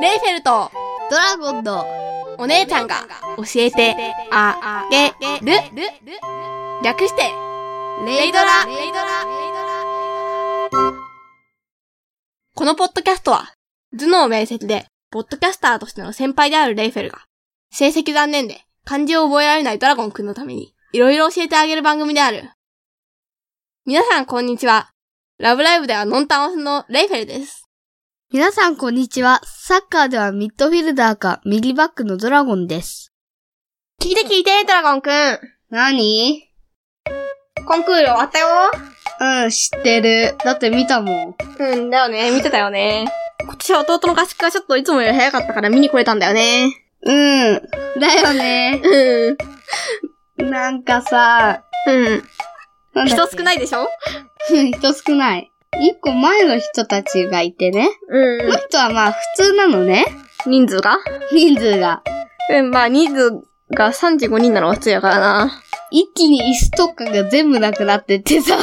レイフェルト、ドラゴンのお姉ちゃんが教えてあげる。略して、レイドラレイドラこのポッドキャストは、頭脳面積で、ポッドキャスターとしての先輩であるレイフェルが、成績残念で漢字を覚えられないドラゴンくんのために、いろいろ教えてあげる番組である。皆さんこんにちは。ラブライブではノンタンオスのレイフェルです。皆さんこんにちは。サッカーではミッドフィルダーか右バックのドラゴンです。聞いて聞いて、ドラゴンくん。何コンクール終わったよ。うん、知ってる。だって見たもん。うん、だよね。見てたよね。今年は弟の合宿がちょっといつもより早かったから見に来れたんだよね。うん。だよね。うん。なんかさ、うん。なんだ人っけ少ないでしょうん人少ない。一個前の人たちがいてね。うこの。人はまあ普通なのね。人数が人数が。うん、まあ人数が35人なのは普通やからな。一気に椅子とかが全部なくなってってさ。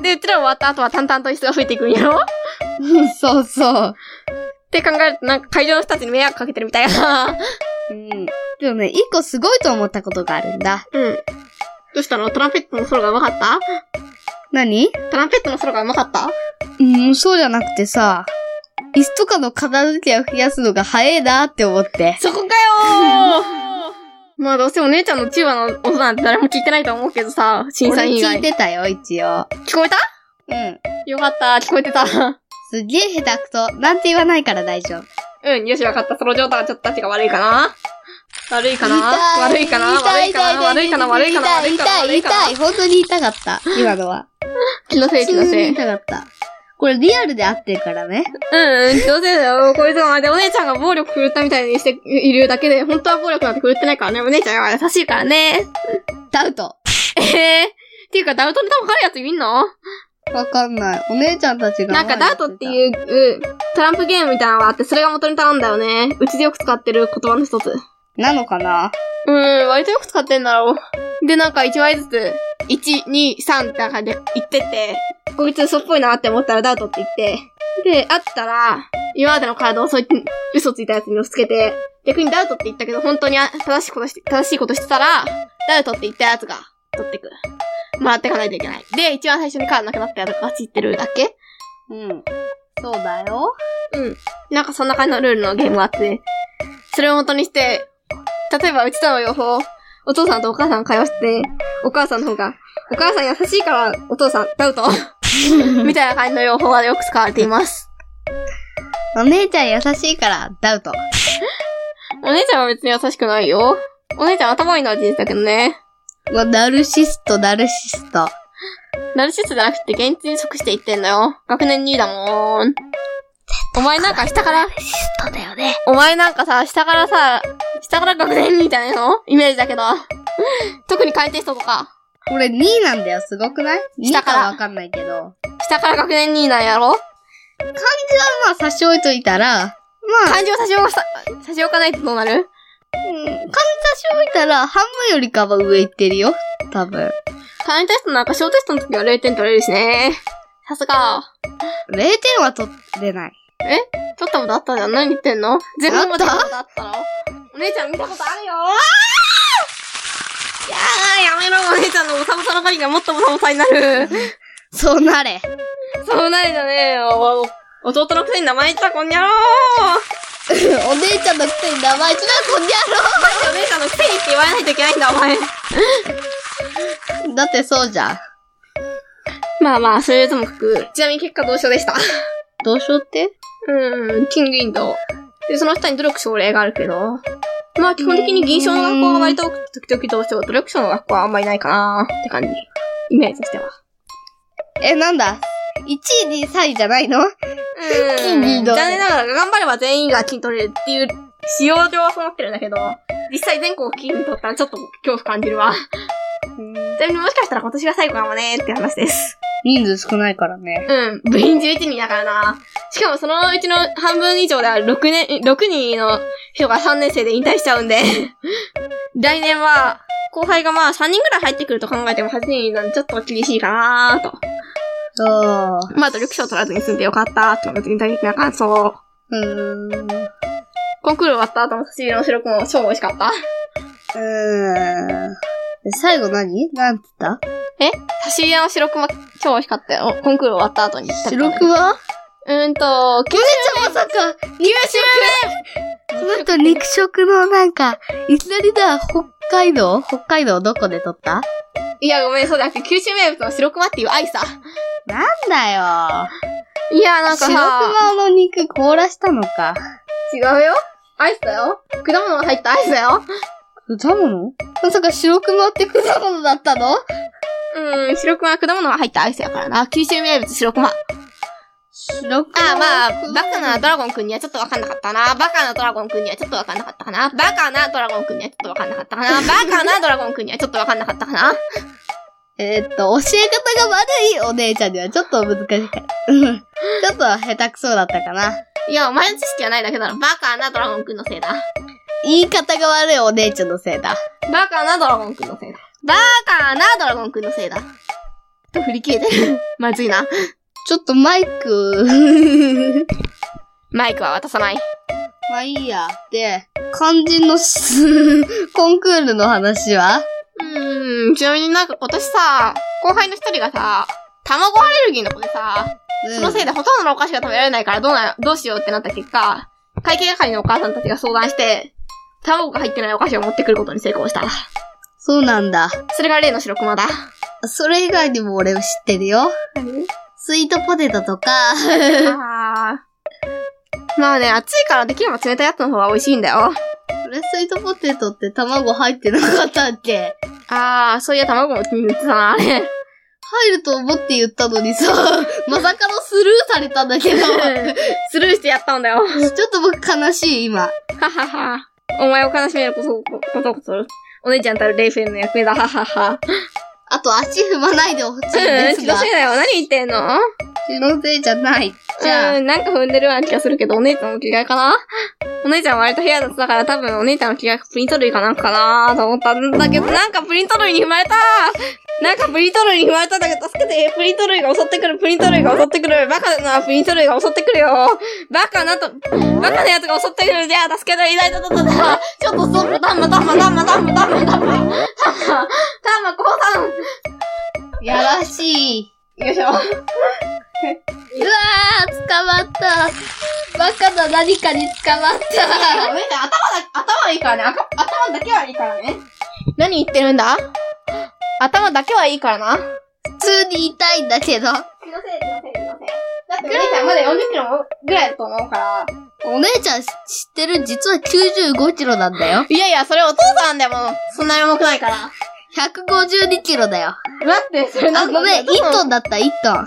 で、うちら終わった後は淡々と椅子が増えていくんやろっうん そうそう。て考えるとなんか会場の人たちに迷惑かけてるみたいな。うん。でもね、一個すごいと思ったことがあるんだ。うん。どうしたのトランペットのソロが上手かった何トランペットのソロが上手かったうん、そうじゃなくてさ、椅子とかの片付けを増やすのが早いなって思って。そこかよー まあどうせお姉ちゃんの中和の音なんて誰も聞いてないと思うけどさ、審査俺員以外。聞いてたよ、一応。聞こえたうん。よかった、聞こえてた。すげえ下手くそ。なんて言わないから大丈夫。うん、よしわかった。その状態はちょっと立ちが悪いかな悪いかな悪いかな痛悪いいかな痛悪いいかな悪いかな悪いかな痛悪いいか痛。ない本当に痛かった。今 のは。気のせい気の普通せにい。うん、痛かった。これリアルで合ってるからね。うん、気のせいだよ。こいつの前でお姉ちゃんが暴力振るったみたいにしているだけで、本当は暴力なんて振るってないからね。お姉ちゃんは優しいからね。ダウト。ええっていうか、ダウトネタわかるやついんのわかんない。お姉ちゃんたちが。なんかダウトってう。いう、うんトランプゲームみたいなのがあって、それが元に頼んだよね。うちでよく使ってる言葉の一つ。なのかなうん、割とよく使ってんだろう。で、なんか1枚ずつ、1、2、3ってなんかで言ってて、こいつ嘘っぽいなって思ったらダウトって言って、で、あったら、今までのカードをそうい嘘ついたやつに押し付けて、逆にダウトって言ったけど、本当にあ正しいことして、正しいことしてたら、ダウトって言ったやつが取ってく。もらっていかないといけない。で、一番最初にカードなくなったやつが走ってるだけうん。そうだよ。なんかそんな感じのルールのゲームがあって、それを元にして、例えばうちとの両方、お父さんとお母さんが会話して、お母さんの方が、お母さん優しいからお父さんダウ トみたいな感じの両方がよく使われています。お姉ちゃん優しいから、ダウト。お姉ちゃんは別に優しくないよ。お姉ちゃん頭いいのは事実だけどね。うわ、ナルシスト、ナルシスト。ナルシストじゃなくて現実に即して言ってんだよ。学年2位だもん。お前なんか下から、ルシストだよね。お前なんかさ、下からさ、下から学年2位みたいなのイメージだけど。特に会計人とか。俺2位なんだよ、すごくない下か ?2 からわかんないけど。下から学年2位なんやろまあ、差し置いといたら、まあ、漢字を差し置かさ、差し置かないとどうなるうん漢字差し置いたら、半分よりかは上いってるよ。多分。単位テストなんか小テストの時は0点取れるしね。さすが。 0点は取れない。取ったことあったじゃん。何言ってんの全部まで取ったことあったろお姉ちゃん見たことあるよいやー、やめろ、お姉ちゃんのボサボサの髪がもっとボサボサになる。そうなれ。 そうないじゃねえよ。お弟のくせに名前言ったらこんにゃろーお姉ちゃんのくせに名前つなこんにお姉ちゃんのくせにって言わないといけないんだ、お前。ゃろだってそうじゃん。まあまあ、それともかく、ちなみに結果同うでした。どうしようってうん、キングインド。で、その下に努力奨励があるけど。まあ、基本的に銀賞の学校が割と多くて、時々どうしよう。努力賞の学校はあんまりないかなーって感じ。イメージとしては。え、なんだ ?1 位、2位、3位じゃないのうん。金銀銅残念ながら、頑張れば全員が金取れるっていう、使用上はそうなってるんだけど、実際全校金取ったらちょっと恐怖感じるわ。ちなみにもしかしたら今年が最後かもねーって話です。人数少ないからね。うん。部員11人だからな。しかもそのうちの半分以上では6年、6人の人が3年生で引退しちゃうんで、 来年は後輩がまあ3人ぐらい入ってくると考えても8人なんでちょっと厳しいかなと。ああ。まあ、努力賞取らずに済んでよかった、という全体的な感想。うーん。うコンクール終わった後の差し入れの白くも超美味しかった。ーん。で最後何なんつったえ差し入れの白くも超美味しかったよ。コンクール終わった後に食べたの白に。くはうーんと、給ゆめちゃんまさか、肉食この人肉食のなんか、いきなりだ、北海道北海道どこで撮ったいや、ごめん、そうじゃなくて、九州名物の白熊っていう愛さ。なんだよ。いや、なんか白さ、熊の肉凍らしたのか。違うよ。アイスだよ。果物が入ったアイスだよ。果物まさか白熊って果物だったのうーん、白熊は果物が入ったアイスやからな。九州名物白熊。あ白熊。ー、まあ、バカなドラゴンくんにはちょっとわかんなかったな。バカなドラゴンくんにはちょっとわかんなかったかな。バカなドラゴンくんにはちょっとわかんなかったかな。バカなドラゴンくんにはちょっとわかんなかったかな。えーっと、教え方が悪いお姉ちゃんにはちょっと難しかった。うん ちょっと下手くそだったかな。いや、お前の知識がないだけだろ。バカなドラゴンくんのせいだ。言い方が悪いお姉ちゃんのせいだ。バカなドラゴンくんのせいだ。バカなドラゴンくんのせいだ。と振り切れてる。まずいな。ちょっとマイク。マイクは渡さない。まあいいや。で、肝心のすコンクールの話はうーん、ちなみになんか今年さ、後輩の一人がさ、卵アレルギーの子でさ、そのせいだ。でほとんどのお菓子が食べられないからどうな、どうしようってなった結果、会計係のお母さんたちが相談して、卵が入ってないお菓子を持ってくることに成功した。そうなんだ。それが例の白熊だ。それ以外にも俺知ってるよ。何スイートポテトとか、 あーまあね、暑いからできれば冷たいやつの方が美味しいんだよ。これスイートポテトって卵入ってなかったっけあー、そういや卵も気に入ってたな、あれ。入ると思って言ったのにさ、 まさかのスルーされたんだ けど、ちょスルーしてやったんだよ。っと僕悲しい今。ははは。お前を悲しめることこことこそ、お姉ちゃんたるレイフェンの役目だ。ははは。あと足踏まないでほしいんうでん、す気がの、せいだよ。何言ってんの気のせいじゃない。じゃあ、うん、なんか踏んでるような気がするけど、お姉ちゃんの着替えかなお姉ちゃんは割と部屋だったから、多分お姉ちゃんの着替えがプリント類かなんかかなと思ったんだけど、なんかプリント類に踏まれたなんかプリント類に踏まれたんだけど、助けてプリント類が襲ってくるプリント類が襲ってくるバカなプリント類が襲ってくるよバカなと、バカなやつが襲ってくるじゃあ、助けていないととととちょっとそんな、たんまたんまたんまたん またんまたんまたんまたんま、たんま、こうさんやらしい。よいしょ。うわー、捕まった。バカな何かに捕まった。お姉ちゃん、頭だ、頭いいからね。赤頭だけはいいからね。何言ってるんだ頭だけはいいからな。気普通に痛いんだけど。のせい、気のせい、気のせい。だってお姉ちゃんまだ40キロもぐらいだと思うから。お姉ちゃん知ってる実は95キロなんだよ。いやいや、それお父さんでも、そんなに重くないから。 152キロだよ。待って、それあ、なんごめん、1トンだった、1トン。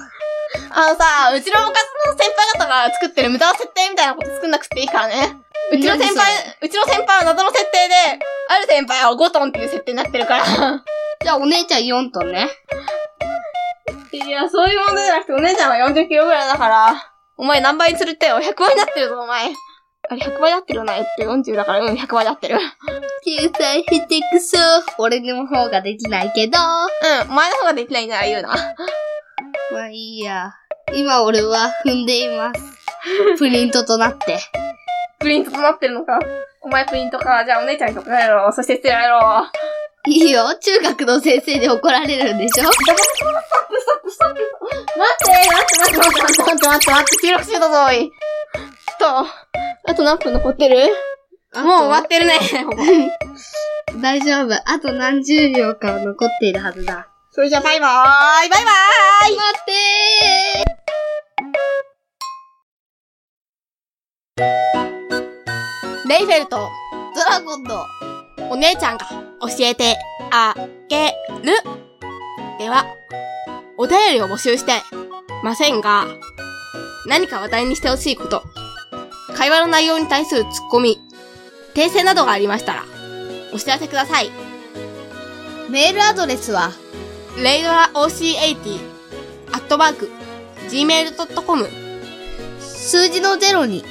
あのさ、うちの部活の先輩方が作ってる無駄な設定みたいなこと作んなくていいからね。うちの先輩何、うちの先輩は謎の設定で、ある先輩は5トンっていう設定になってるから。じゃあお姉ちゃん4トンね。いや、そういう問題じゃなくて、お姉ちゃんは40キロぐらいだから、お前何倍にするってよ ?100 倍になってるぞ、お前。あれ、100倍になってるよな、えっと、40だから、うん、100倍になってる。う救済してくそ。俺の方ができないけど。ん、まお前の方ができないなら言うな。あいいや。今俺は踏んでいます。プリントとなって。プリントとなってるのか。お前プリントか。じゃあお姉ちゃんにとかやろう。そして捨てられろ。いいよ。中学の先生に怒られるんでしょストップ、ストップ、ストップ。待って、待って、待って、待って、待って、待って、待って、収録中だぞ、おい。と、あと何分残ってるもう終わってるね、ここ大丈夫。あと何十秒かは残っているはずだ。それじゃあバイバーイ、バイバーイ待ってレイフェルとドラゴンのお姉ちゃんが教えてあげる。では、お便りを募集してませんが、何か話題にしてほしいこと、会話の内容に対するツッコミ、訂正などがありましたら、お知らせください。ーメールアドレスは、レイドラ OC80、アットマーク、gmail.com、数字の0に、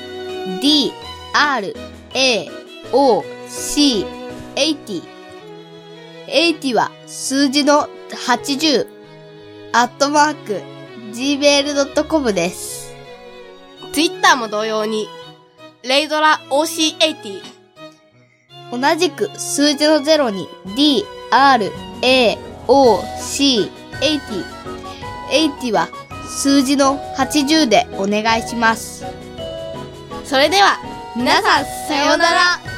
d, r, a, o, c, 80。80は数字の80。アットマーク、 gmail.com です。ツイッターも同様に、レイドラ OC80。同じく数字の0に D, R, A, O, C, 80。80は数字の80でお願いします。それでは、皆さん、さようなら